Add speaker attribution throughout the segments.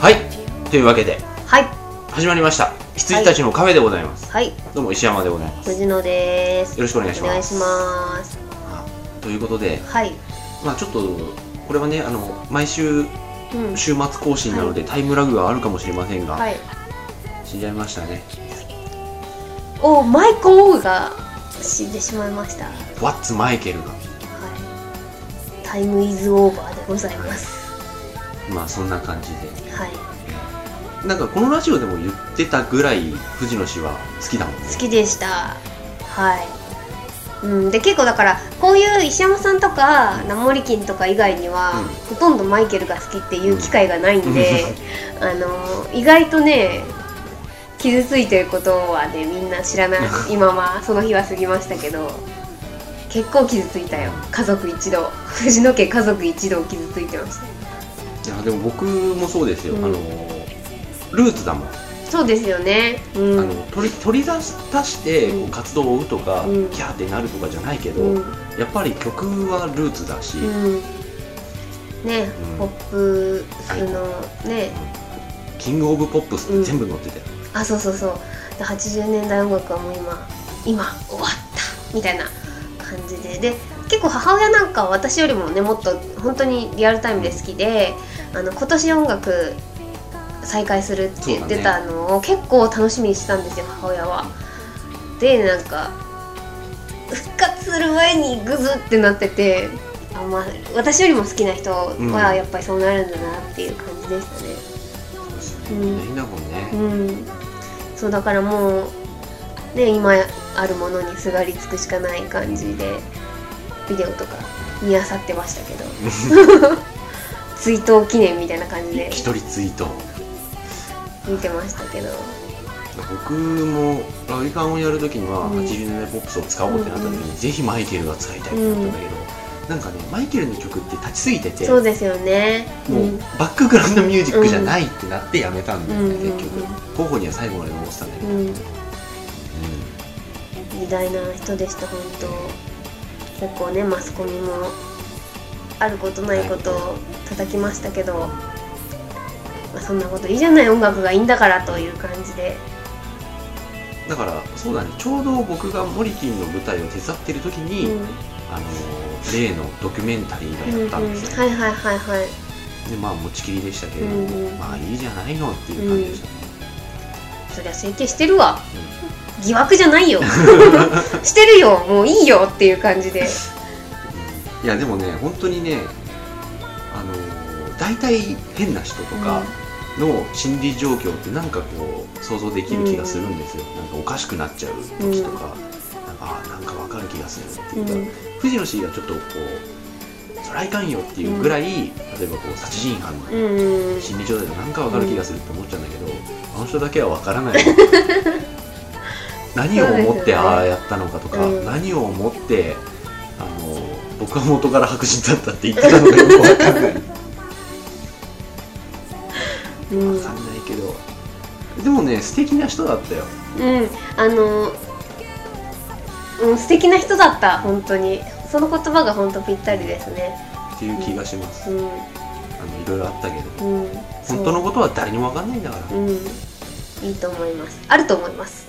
Speaker 1: はいというわけで
Speaker 2: はい
Speaker 1: 始まりました羊たちのカフェでございます、
Speaker 2: はい
Speaker 1: どうも石山でございます
Speaker 2: 藤野です
Speaker 1: よろしくお願いし
Speaker 2: お願
Speaker 1: ま
Speaker 2: いし
Speaker 1: す
Speaker 2: ます
Speaker 1: ということで
Speaker 2: はい
Speaker 1: まあちょっとこれはねあの毎週
Speaker 2: うん
Speaker 1: 週末更新なので、タイムラグがあるかもしれませんが、
Speaker 2: はい
Speaker 1: 死んじゃいましたね
Speaker 2: おマイコーが死んでしまいましたは
Speaker 1: ワッツマイケルが
Speaker 2: いタイムイズオーバーでございます
Speaker 1: まあそんな感じ
Speaker 2: はい
Speaker 1: でなんかこのラジオでも言ってたぐらい藤野氏は好きだもんね
Speaker 2: 好きでしたはいうん、で結構だからこういう石山さんとかナモリキンとか以外には、ほとんどマイケルが好きっていう機会がないんで、あの意外とね傷ついてることはねみんな知らない今はその日は過ぎましたけど結構傷ついたよ家族一同藤野家家族一同傷ついてました
Speaker 1: いやでも僕もそうですよ、
Speaker 2: うん
Speaker 1: あのルーツだもん、
Speaker 2: そうですよねうん
Speaker 1: あの取り取り出し出してこ
Speaker 2: う
Speaker 1: うん活動を追うとか、
Speaker 2: うん
Speaker 1: キャーってなるとかじゃないけど、
Speaker 2: うん
Speaker 1: やっぱり曲はルーツだし、
Speaker 2: うんね、
Speaker 1: うん
Speaker 2: ポップスのね
Speaker 1: キングオブポップスって全部載ってたよ、
Speaker 2: あそうそうそうで80年代音楽はもう今今終わったみたいな感じでで結構母親なんかは私よりもねもっと本当にリアルタイムで好きであの今年音楽再開するって言ってたのを結構楽しみにしてたんですよ母親は。でなんか復活する前にグズってなっててあ、まあ、私よりも好きな人はやっぱりそうなるんだなっていう感じでしたね。
Speaker 1: そうです
Speaker 2: う
Speaker 1: ね
Speaker 2: ん
Speaker 1: みんないいんだもんね、
Speaker 2: うん、そうだからもう、ね、今あるものにすがりつくしかない感じでビデオとか見あさってましたけど 追悼記念みたいな感じで
Speaker 1: 一人ツイート
Speaker 2: 見てましたけど
Speaker 1: 僕もライカンをやるときには
Speaker 2: うん
Speaker 1: 80年代ポップスを使おうってなった時に、
Speaker 2: うん
Speaker 1: ぜひマイケルが使いたいってなったんだけど、なんかねマイケルの曲って立ちすぎてて
Speaker 2: そうですよね
Speaker 1: もううバックグラウンドミュージックじゃないってなってやめたんだよね、
Speaker 2: うん
Speaker 1: 結局候補には最後まで残ってたんだけ
Speaker 2: う
Speaker 1: ど、
Speaker 2: ん、うん、偉大な人でした本当結構ねマスコミもあることないことを叩きましたけど、まあ、そんなこといいじゃない音楽がいいんだからという感じで
Speaker 1: だからそうだねちょうど僕がモリキンの舞台を手伝ってる時に、
Speaker 2: うん
Speaker 1: あのー例のドキュメンタリーがやったんですよ、
Speaker 2: はいはいはいはい
Speaker 1: でまあ持ちきりでしたけれども、
Speaker 2: うん
Speaker 1: まあいいじゃないのっていう感じでしたね、
Speaker 2: そりゃ整形してるわ、疑惑じゃないよしてるよもういいよっていう感じで
Speaker 1: いやでもね本当にねあのー大体変な人とかの心理状況ってなんかこう想像できる気がするんですよ、なんかおかしくなっちゃう時とか、なんかあなんかわかる気がするって
Speaker 2: う
Speaker 1: いう
Speaker 2: ん
Speaker 1: か、藤野氏がちょっとこうそらいかんよっていうぐらい、例えばこう殺人犯
Speaker 2: う
Speaker 1: の
Speaker 2: んうん
Speaker 1: 心理状態がなんかわかる気がするって思っちゃうんだけど、あの人だけはわから ない何を思ってああやったのかとか、
Speaker 2: うん
Speaker 1: 何を思ってあの僕は元から白人だったって言ってたのかよくわかんないわ
Speaker 2: うん
Speaker 1: かんないけどでもね素敵な人だったよ
Speaker 2: うんあのうん素敵な人だった本当にその言葉が本当ぴったりですね
Speaker 1: っていう気がします、
Speaker 2: うん
Speaker 1: あのいろいろあったけど
Speaker 2: うん
Speaker 1: 本当の
Speaker 2: こ
Speaker 1: ことは誰にもわかんないんだから
Speaker 2: とうんいいと思いますあると思います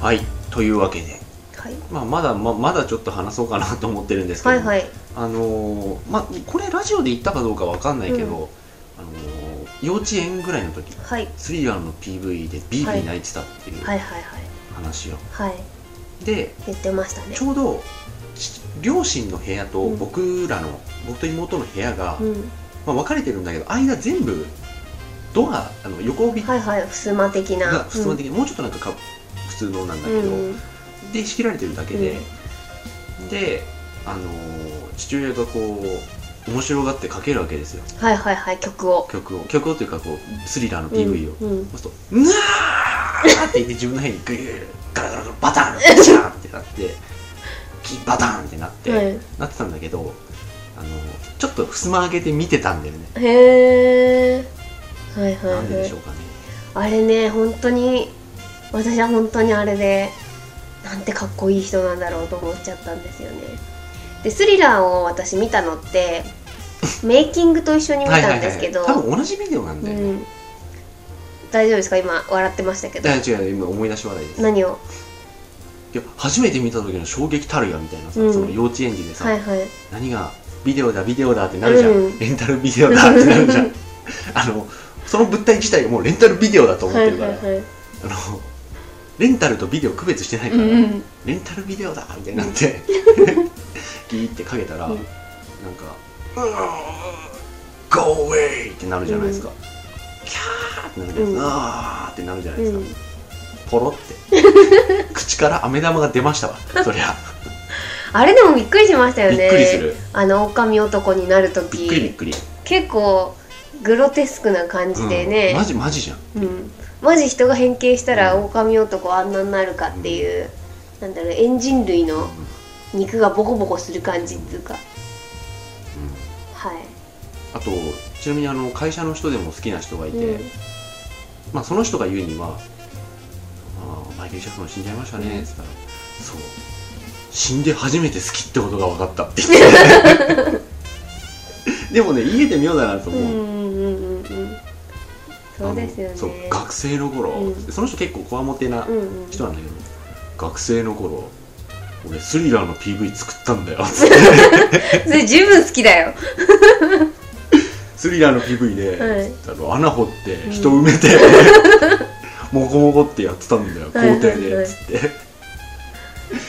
Speaker 1: はいというわけで、
Speaker 2: はい
Speaker 1: まあ、まだままだちょっと話そうかなと思ってるんですけど、
Speaker 2: はいはい
Speaker 1: あのーまあこれラジオで言ったかどうかわかんないけど、
Speaker 2: う
Speaker 1: あのー幼稚園ぐらいの時
Speaker 2: はい
Speaker 1: スリラーの PV でビービー泣いてたっていう
Speaker 2: はいはいはい
Speaker 1: 話を、
Speaker 2: はい
Speaker 1: で
Speaker 2: 言ってましたね
Speaker 1: ちょうどし両親の部屋と
Speaker 2: うん
Speaker 1: 僕らの、僕と妹の部屋が、
Speaker 2: うん
Speaker 1: まあ、分かれてるんだけど間全部ドアあの横帯が
Speaker 2: はいはい襖的な
Speaker 1: 普通の的に、もうちょっとなんかか普通のなんだけど、
Speaker 2: うん
Speaker 1: で仕切られてるだけで、であのー父親がこう面白がってかけるわけですよ
Speaker 2: はいはいはい曲を
Speaker 1: 曲を曲をというかこうスリラーの PV を、
Speaker 2: うんうん
Speaker 1: そうすると「うわー!」って言って自分の部屋にグーッガラガラガラバタン バチャンってなってキバタンってなって、
Speaker 2: はい
Speaker 1: なってたんだけどあのちょっと襖上げて見てたんだよね
Speaker 2: へえはいはい
Speaker 1: な
Speaker 2: はい
Speaker 1: んででしょうかね
Speaker 2: あれね本当に私は本当にあれでなんてかっこいい人なんだろうと思っちゃったんですよねでスリラーを私見たのって メイキングと一緒に見
Speaker 1: はいは
Speaker 2: た
Speaker 1: い
Speaker 2: んです
Speaker 1: は
Speaker 2: け
Speaker 1: い
Speaker 2: ど、
Speaker 1: 多分同じビデオなんだよ
Speaker 2: う
Speaker 1: ね、
Speaker 2: ん、大丈夫ですか今笑ってましたけど
Speaker 1: 大丈夫違う今思い出し笑いです
Speaker 2: 何を
Speaker 1: いや初めて見た時の衝撃たるやみたいなさ、
Speaker 2: うん
Speaker 1: その幼稚園児でさ、
Speaker 2: はいはい
Speaker 1: 何がビデオだビデオだってなるじゃん、
Speaker 2: うん
Speaker 1: レンタルビデオだってなるじゃ んあのその物体自体がもうレンタルビデオだと思っ
Speaker 2: は
Speaker 1: て
Speaker 2: い
Speaker 1: るか
Speaker 2: は
Speaker 1: ら、
Speaker 2: いはい
Speaker 1: あのレンタルとビデオ区別してないか
Speaker 2: う
Speaker 1: ら、
Speaker 2: んうん
Speaker 1: レンタルビデオだみたいにな って、ギーってかけたら、
Speaker 2: うん
Speaker 1: なんか「うーん Go away!」ってなるじゃないですか、キャーってなるじゃないですか、
Speaker 2: うん
Speaker 1: あーってなるじゃないで
Speaker 2: う
Speaker 1: すか、
Speaker 2: ん
Speaker 1: ポロって 口から飴玉が出ましたわそりゃ
Speaker 2: あれでもびっくりしましたよね
Speaker 1: びっくりする
Speaker 2: あの狼男になる
Speaker 1: びっくりびっ
Speaker 2: 時
Speaker 1: くり、
Speaker 2: 結構グロテスクな感じでね、
Speaker 1: うんマジマジじゃん
Speaker 2: うん、マジ人が変形したら
Speaker 1: うん
Speaker 2: 狼男あんなになるかっていう、なんだろうエンジン類の肉がボコボコする感じっていうか
Speaker 1: うん
Speaker 2: はい
Speaker 1: あとちなみにあの会社の人でも好きな人がいて、
Speaker 2: うん
Speaker 1: まあ、その人が言うには「あーマイケル・ジャクソン死んじゃいましたね」
Speaker 2: うん
Speaker 1: って言ったら「そう死んで初めて好きってことが分かった」って言って でもね家で妙だなと
Speaker 2: う
Speaker 1: 思う、
Speaker 2: んうんうんうんうんそうですよ
Speaker 1: あの
Speaker 2: ね
Speaker 1: そう学生の頃、
Speaker 2: うん
Speaker 1: その人結構こわもてな
Speaker 2: うんうん
Speaker 1: 人なんだけど、学生の頃俺スリラーの PV 作ったんだよ つって
Speaker 2: それ十分好きだよ
Speaker 1: スリラーの PV で、
Speaker 2: はい
Speaker 1: あの穴掘って人埋めて、モコモコってやってたんだよ校
Speaker 2: はいはい
Speaker 1: 庭でっつって、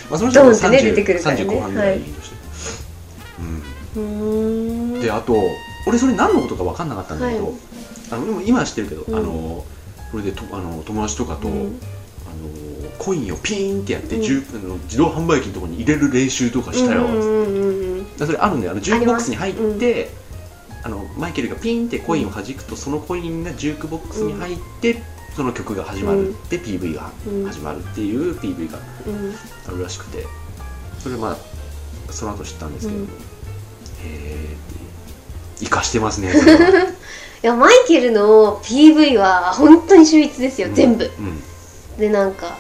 Speaker 1: まあ、その人
Speaker 2: ドンってね出てくるからね
Speaker 1: 30後半ぐらいの人、
Speaker 2: うー
Speaker 1: うんん、であと俺それ何のことか分かんなかったんだけど、
Speaker 2: はい
Speaker 1: あのでも今は知ってるけど、
Speaker 2: うん
Speaker 1: あのこれでとあの友達とかと、
Speaker 2: うん
Speaker 1: あのコインをピーンってやって、
Speaker 2: うん
Speaker 1: 銃あの自動販売機のところに入れる練習とかしたよ、
Speaker 2: うんうんうんうん
Speaker 1: それあるんだよあのジュークボックスに入っ
Speaker 2: あ
Speaker 1: て、あのマイケルがピンってコインを弾くと、そのコインがジュークボックスに入って、その曲が始まるって、PV が
Speaker 2: うん
Speaker 1: 始まるっていう PV が
Speaker 2: うん
Speaker 1: あるらしくてそれまあその後知ったんですけど、
Speaker 2: うん
Speaker 1: へえ生かしてますねそれは
Speaker 2: いやマイケルの PV は本当に秀逸 ですよ、全部
Speaker 1: うん
Speaker 2: でなんか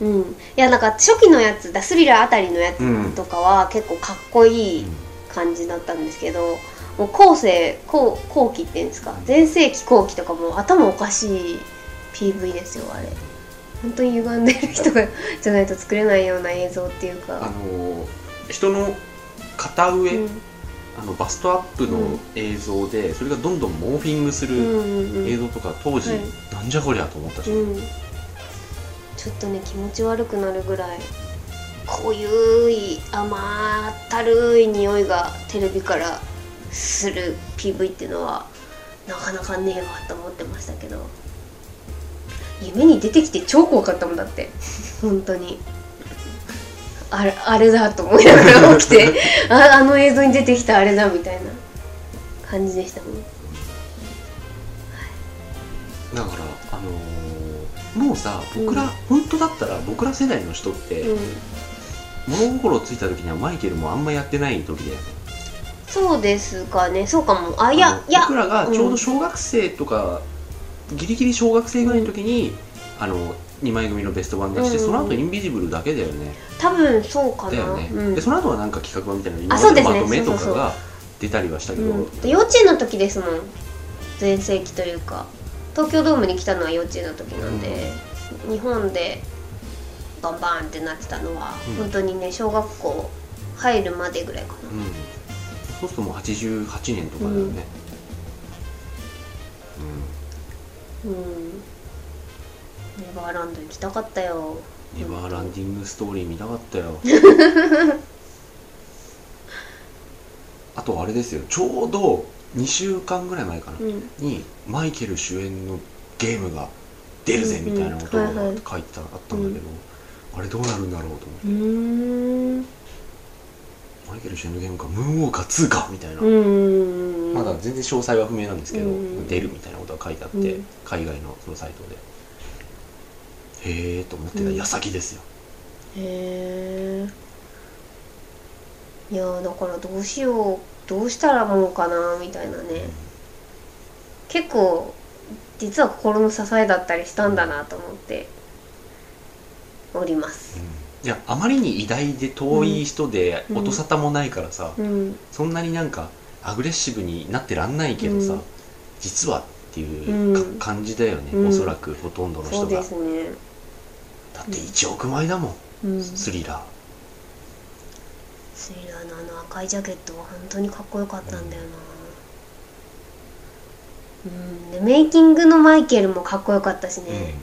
Speaker 2: うんいやなんか初期のやつダスリラーあたりのや
Speaker 1: うん
Speaker 2: つとかは結構かっこいい感じだったんですけど、もう後世後後期っていうんですか全盛期後期とかもう頭おかしい PV ですよあれ本当に歪んでる人がじゃないと作れないような映像っていう
Speaker 1: あ
Speaker 2: か、
Speaker 1: の人の片
Speaker 2: う
Speaker 1: 上、
Speaker 2: ん、
Speaker 1: あのバストアップの映像で、それがどんどんモーフィングす
Speaker 2: うん
Speaker 1: る
Speaker 2: うんう
Speaker 1: 映
Speaker 2: ん
Speaker 1: 像とか当時、
Speaker 2: はい
Speaker 1: なんじゃこりゃと思ったし、
Speaker 2: うんちょっとね気持ち悪くなるぐらい濃ゆい甘ったるい匂いがテレビからする PV っていうのはなかなかねえわと思ってましたけど夢に出てきて超怖かったもんだって本当にあれあれだと思いながら起き てああの映像に出てきたあれだみたいな感じでしたもん
Speaker 1: だからあのーもうさ僕ら、
Speaker 2: うん
Speaker 1: 本当だったら僕ら世代の人って、
Speaker 2: うん
Speaker 1: 物心ついた時にはマイケルもあんまやってない時で
Speaker 2: そうですかねそうかもあいやいや
Speaker 1: 僕らがちょうど小学生とか、ギリギリ小学生ぐらいの時に、あの2枚組のベスト版出して、
Speaker 2: うん
Speaker 1: その後インビジブルだけだよね、
Speaker 2: 多分そうかな
Speaker 1: だよね、
Speaker 2: うん
Speaker 1: でその後はなんか企画版みたいな
Speaker 2: あそうですね
Speaker 1: まとめとか
Speaker 2: そうそうそう
Speaker 1: が出たりはしたけど、
Speaker 2: うん、幼稚園の時ですもん全盛期というか東京ドームに来たのは幼稚園の時なんで、日本でバンバンってなってたのは、
Speaker 1: うん
Speaker 2: 本当にね小学校入るまでぐらいかな、
Speaker 1: うんそうするともう88年とかだよね、
Speaker 2: う
Speaker 1: うん
Speaker 2: んうんネバーランド行きたかったよ
Speaker 1: ネバーランディングストーリー見たかったよ あとあれですよちょうど2週間ぐらい前かな、
Speaker 2: うん
Speaker 1: にマイケル主演のゲームが出るぜみたいなこと
Speaker 2: うん
Speaker 1: が
Speaker 2: うんはいはい
Speaker 1: 書いてたあったんだけど、あれどうなるんだろうと思って
Speaker 2: うーん
Speaker 1: マイケル主演のゲームかムーンウォーカー2かみたいな、
Speaker 2: うん
Speaker 1: まだ全然詳細は不明なんですけど、
Speaker 2: うん
Speaker 1: 出るみたいなことが書いてあって、
Speaker 2: うん
Speaker 1: 海外のそのサイトでへえと思って
Speaker 2: う
Speaker 1: た
Speaker 2: ん
Speaker 1: 矢先ですよ、
Speaker 2: へえいやーだからどうしようどうしたらもうかなみたいなね結構実は心の支えだったりしたんだなと思っております。
Speaker 1: いやあまりに偉大で遠い人で
Speaker 2: うん
Speaker 1: 音沙汰もないからさ、
Speaker 2: うん、
Speaker 1: そんなになんかアグレッシブになってらんないけどさ、
Speaker 2: うん
Speaker 1: 実はっていうか
Speaker 2: うん
Speaker 1: 感じだよね、
Speaker 2: うん
Speaker 1: おそらくほとんどの
Speaker 2: そ
Speaker 1: 人
Speaker 2: う
Speaker 1: が、
Speaker 2: ですね。
Speaker 1: だって1億枚だもん、
Speaker 2: うん、
Speaker 1: ス
Speaker 2: ス
Speaker 1: リラ
Speaker 2: リラーのあの赤いジャケットは本当にかっこよかったんだよな。うん、でメイキングのマイケルもかっこよかったし
Speaker 1: ー、うん
Speaker 2: ね、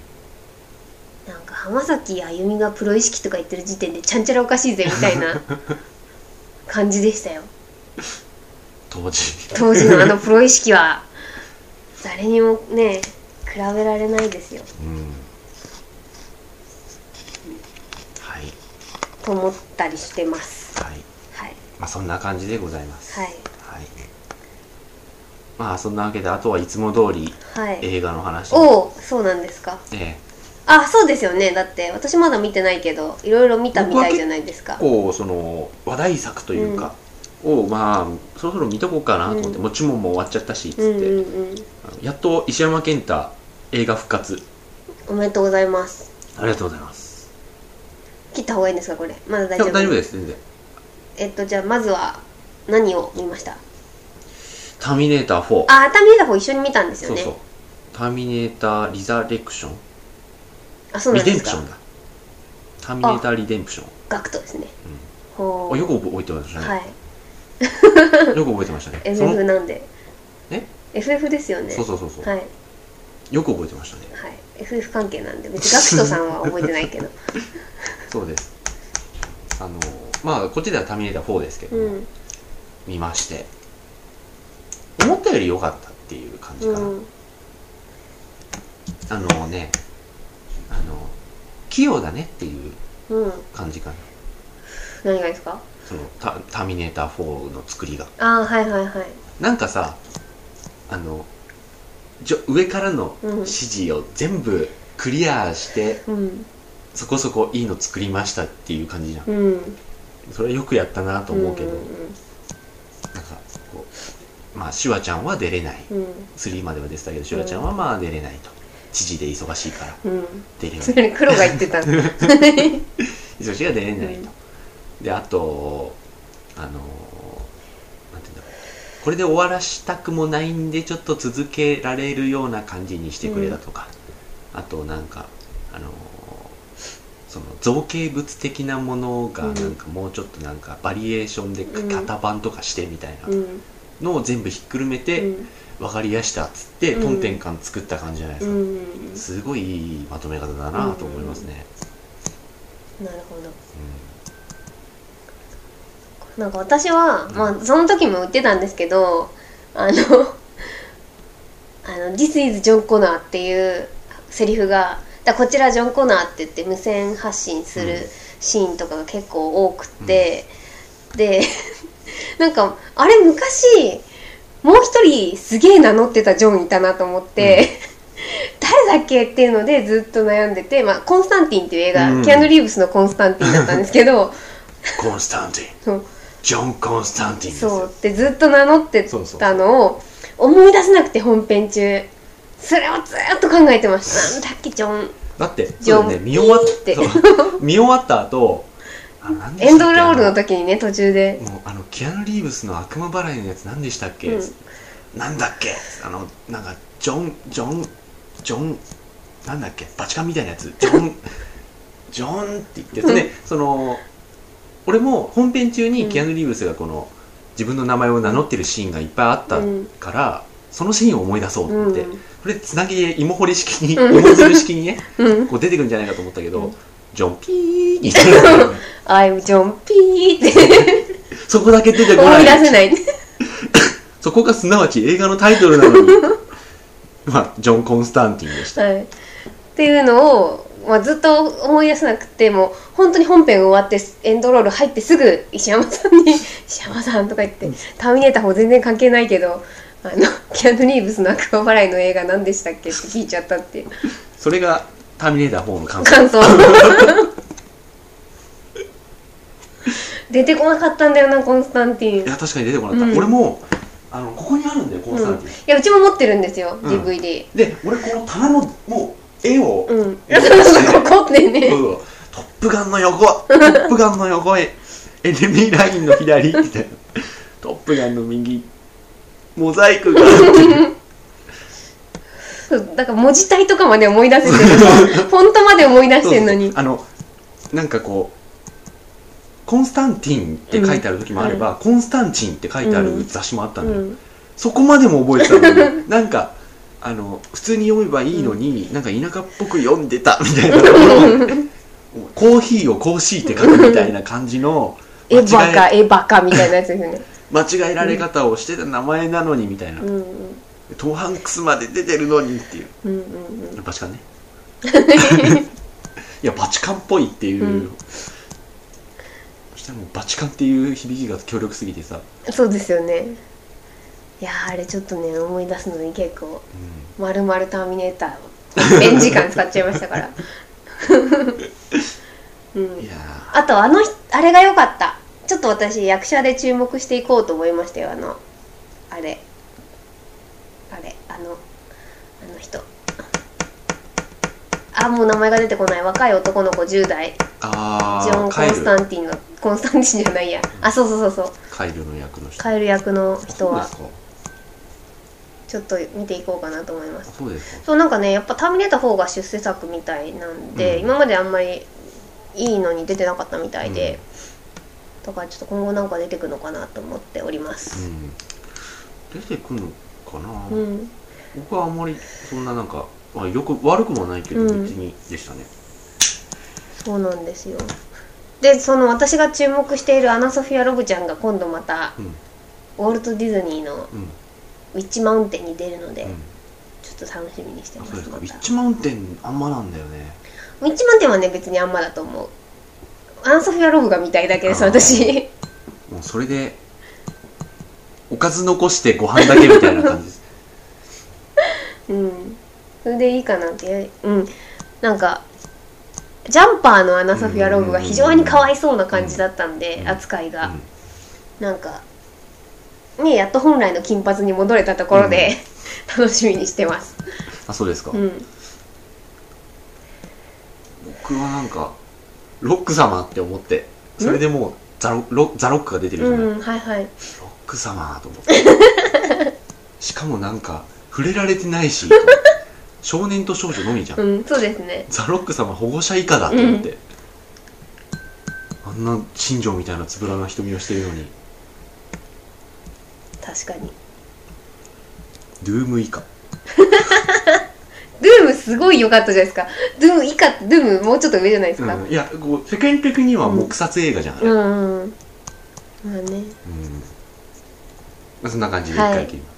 Speaker 2: なんか浜崎あゆみがプロ意識とか言ってる時点でちゃんちゃらおかしいぜみたい な感じでしたよ
Speaker 1: 当時
Speaker 2: 当時のあのプロ意識は誰にもね比べられないですよ
Speaker 1: うんはい
Speaker 2: と思ったりしてます
Speaker 1: はい
Speaker 2: はい
Speaker 1: まあそんな感じでございます
Speaker 2: はい
Speaker 1: はいまあそんなわけであとはいつも通り
Speaker 2: はい
Speaker 1: 映画の話
Speaker 2: おおそうなんですか
Speaker 1: ええ
Speaker 2: あそうですよねだって私まだ見てないけどいろいろ見たみたいじゃないですか
Speaker 1: 結構その話題作というか、をまあそろそろ見とこうかなと思って、
Speaker 2: うん
Speaker 1: もう注文も終わっちゃったしっつって、
Speaker 2: うんうんうん
Speaker 1: あのやっと石山健太映画復活
Speaker 2: おめでとうございます
Speaker 1: ありがとうございます
Speaker 2: 切った方がいいんですかこれまだ大
Speaker 1: 大
Speaker 2: 丈
Speaker 1: 丈
Speaker 2: 夫
Speaker 1: 大丈夫です全然
Speaker 2: えっとじゃあまずは何を見ました
Speaker 1: 「ターミネーター4」
Speaker 2: あ熱海映画方一緒に見たんですよ
Speaker 1: そう
Speaker 2: ね
Speaker 1: そう「ターミネーターリザレクション」
Speaker 2: あそうな
Speaker 1: リ
Speaker 2: んで
Speaker 1: デン
Speaker 2: す
Speaker 1: プション
Speaker 2: か
Speaker 1: だターミネーターリデンプション
Speaker 2: ガクトですね、
Speaker 1: うん
Speaker 2: ほ
Speaker 1: あ
Speaker 2: う
Speaker 1: よく覚えてましたね、
Speaker 2: はい
Speaker 1: よく覚えてましたねその
Speaker 2: FF なんで
Speaker 1: え
Speaker 2: FF ですよね
Speaker 1: そうそうそうそう、
Speaker 2: はい
Speaker 1: よく覚えてましたね
Speaker 2: はい FF 関係なんで別にガクトさんは覚えてな いけど
Speaker 1: そうですあのまあこっちでは「ターミネーター4」ですけど、
Speaker 2: うん
Speaker 1: 見まして思ったより良かったっていう感じか
Speaker 2: う
Speaker 1: な、
Speaker 2: ん
Speaker 1: あのねあの器用だねっていう
Speaker 2: うん
Speaker 1: 感じかな
Speaker 2: 何がですか
Speaker 1: そのタターミネーター4の作りが
Speaker 2: ああはいはいはい
Speaker 1: なんかさあのじょ上からの
Speaker 2: うん
Speaker 1: 指示を全部クリアして
Speaker 2: うん
Speaker 1: そこそこいいの作りましたっていう感じじゃん
Speaker 2: うん
Speaker 1: それはよくやったなと思うけど、
Speaker 2: うん
Speaker 1: なんかこうまあシュワちゃんは出れない
Speaker 2: うん
Speaker 1: 3までは出てたけどシュワちゃんはまあ出れないと知事で忙しいから
Speaker 2: うん、うん、
Speaker 1: 出れない
Speaker 2: それ黒が言ってたうん
Speaker 1: 忙しいが出れないと、
Speaker 2: うん
Speaker 1: であとあのーなんていうんだろうこれで終わらしたくもないんでちょっと続けられるような感じにしてくれだとか、あとなんかあのーその造形物的なものが
Speaker 2: うん
Speaker 1: なんかもうちょっとなんかバリエーションで
Speaker 2: うん
Speaker 1: 型番とかしてみたいな
Speaker 2: うん
Speaker 1: のを全部ひっくるめて分かりやしたっつって
Speaker 2: うん
Speaker 1: トンテンカン作った感じじゃないで
Speaker 2: う
Speaker 1: すか、
Speaker 2: ん
Speaker 1: すごいいいまとめ方だなと思いますね、
Speaker 2: なるほど
Speaker 1: うん
Speaker 2: なんか私は、まあ、その時も言ってたんですけどあの「あの This is ジョン・コナー」っていうセリフが「だこちらジョン・コナー」って言って無線発信す
Speaker 1: うん
Speaker 2: るシーンとかが結構多くて、で なんかあれ昔もう一人すげえ名乗ってたジョンいたなと思って。 誰だっけっていうのでずっと悩んでて、まあ、コンスタンティンっていう映画、
Speaker 1: うん
Speaker 2: キアヌ・リーブスのコンスタンティンだったんです けど
Speaker 1: コンスタンティン
Speaker 2: そう
Speaker 1: ジョン・コンスタンティンですよ
Speaker 2: そうってずっと名乗って
Speaker 1: そうそう
Speaker 2: たのを思い出せなくて本編中それをずーっと考えてましたなんだっけジョン
Speaker 1: だって
Speaker 2: ジョン
Speaker 1: そうだよね見終わっ
Speaker 2: ピーって
Speaker 1: そう見終わった後あなんで
Speaker 2: エ
Speaker 1: し
Speaker 2: ン
Speaker 1: たっ
Speaker 2: ド
Speaker 1: け
Speaker 2: ロールの時にね途中で
Speaker 1: あのもうあのキアヌ・リーブスの悪魔払いのやつ何でしたっけ、
Speaker 2: うん
Speaker 1: なんだっけあのなんかジョンジョンジョンなんだっけバチカンみたいなやつジョン ジョンって言ってそれで、その俺も本編中にキアヌ・リーブスがこの自分の名前を名乗ってるシーンがいっぱいあった
Speaker 2: うん
Speaker 1: から、そのシーンを思い出そうと思って、
Speaker 2: うん
Speaker 1: これつなぎで芋掘り式に芋づる式にね
Speaker 2: うん
Speaker 1: こう出てくるんじゃないかと思ったけど、
Speaker 2: うん
Speaker 1: ジョンピーにしてるからね
Speaker 2: 「I'm ジョンピー」 って
Speaker 1: そこだけ出てこ
Speaker 2: 思
Speaker 1: ないい
Speaker 2: 出せない
Speaker 1: そこがすなわち映画のタイトルなのにまあジョン・コンスタンティンでした
Speaker 2: はい、っていうのを、まあ、ずっと思い出せなくてもう本当に本編終わってエンドロール入ってすぐ石山さ んに「石山さん」とか言って「ターミネーターも全然関係ないけどあのキアヌ・リーブスの悪魔払いの映画何でしたっけ?」って聞いちゃったっていう
Speaker 1: それが「ターミネーター4」の感想
Speaker 2: 感想出てこなかったんだよなコンスタンティ
Speaker 1: い
Speaker 2: ン
Speaker 1: や確かに出てこなかった、
Speaker 2: うん
Speaker 1: 俺もあのここにあるんだよコンスタンティン、
Speaker 2: いやうちも持ってるんですよ、
Speaker 1: うん
Speaker 2: DVD
Speaker 1: で俺この棚のもう絵を、
Speaker 2: うん
Speaker 1: え
Speaker 2: ここってね
Speaker 1: そうトップガンの横トップガンの横へエネミーラインの左みたいなトップガンの右モザイクが
Speaker 2: そうだから文字体とかまで思い出せてる のフォントまで思い出してるのに
Speaker 1: あのなんかこうコンスタンティンって書いてある時もあれば、コンスタンチンって書いてある雑誌もあった
Speaker 2: う
Speaker 1: のよ、
Speaker 2: ん
Speaker 1: そこまでも覚えてたの になんかあの普通に読めばいいのに、なんか田舎っぽく読んでたみたいなコーヒーをコーシーって書くみたいな感じの
Speaker 2: 絵バ
Speaker 1: 間
Speaker 2: カ
Speaker 1: 違え
Speaker 2: 絵バカみたいなやつですよね、
Speaker 1: 間違えられ方をしてた名前なのにみたいな、
Speaker 2: うんうん
Speaker 1: トム・ハンクスまで出てるのにっていう
Speaker 2: うんうんうん、
Speaker 1: バチ カンねいやバチカンっぽいっていう、
Speaker 2: うん
Speaker 1: そしたらもうバチカンっていう響きが強力すぎてさ、
Speaker 2: そうですよねいやーあれちょっとね思い出すのに結構まるまるターミネーターベン時間使っちゃいましたから、 う
Speaker 1: うんい
Speaker 2: ん、
Speaker 1: やー
Speaker 2: あとあのひあれが良かったちょっと私役者で注目していこうと思いましたよあのあれあれあのあの人あもう名前が出てこない若い男の子10代ジョ
Speaker 1: あ
Speaker 2: ン・
Speaker 1: ー
Speaker 2: コン
Speaker 1: カエ
Speaker 2: スタ
Speaker 1: ル
Speaker 2: ンティンのコンスタンティンじゃないやあそうそうそうそう
Speaker 1: カエルの役の人
Speaker 2: カエル役の人
Speaker 1: あ
Speaker 2: は
Speaker 1: そうです
Speaker 2: ちょっと見ていこうかなと思いま
Speaker 1: か
Speaker 2: す
Speaker 1: あそうですか
Speaker 2: そうなんかねやっぱ「ターミネーター4」が出世作みたいなんで、
Speaker 1: うん
Speaker 2: 今まであんまりいいのに出てなかったみたいで、だからちょっと今後なんか出てくのかなと思っておりま
Speaker 1: う
Speaker 2: す
Speaker 1: ん出てくるのかな、
Speaker 2: うん、
Speaker 1: 僕はあんまりそんななんか、まあ、よく悪くもないけど
Speaker 2: う
Speaker 1: 別
Speaker 2: ん
Speaker 1: にでしたね、
Speaker 2: そうなんですよでその私が注目しているアナ・ソフィア・ロブちゃんが今度また
Speaker 1: うん
Speaker 2: ウォルト・ディズニーの
Speaker 1: うん
Speaker 2: ウィッチ・マウンテンに出るので、
Speaker 1: うん
Speaker 2: ちょっと楽しみにして
Speaker 1: あ
Speaker 2: ま
Speaker 1: そう
Speaker 2: す
Speaker 1: ですか
Speaker 2: ま
Speaker 1: ウ
Speaker 2: た
Speaker 1: ィッチマウンテンあんまなんだよね
Speaker 2: ウィッチマンテンはね別にあんまだと思うアンソフィア・ロブが見たいだけです
Speaker 1: あー
Speaker 2: 私
Speaker 1: もうそれでおかず残してご飯だけみたいな感じです
Speaker 2: うんそれでいいかなってうんなんかジャンパーのアナ・ソフィア・ロブが非常にかわいそうな感じだったんで
Speaker 1: うん
Speaker 2: 扱いうが
Speaker 1: ん
Speaker 2: なんかねやっと本来の金髪に戻れたところで 楽しみにしてます
Speaker 1: あそうですか、
Speaker 2: うん
Speaker 1: 僕はなんかロック様って思ってそれでもうザロロザロックが出てるじゃない、ロッ
Speaker 2: うんはいはい
Speaker 1: ク様と思って しかもなんか触れられてないし少年と少女のみじゃん、
Speaker 2: うんそうですね
Speaker 1: ザロック様保護者以下だと思って、あんな新庄みたいなつぶらな瞳をしているのに
Speaker 2: 確かに
Speaker 1: ドゥーム以下
Speaker 2: ドゥームすごい良かったじゃないですかドゥーム以下ドゥームもうちょっと上じゃないですか、
Speaker 1: うん、いやこう世間的には黙殺映画じゃん、あれ
Speaker 2: うんうんまあね
Speaker 1: うんまあ、そんな感じで一回切ります、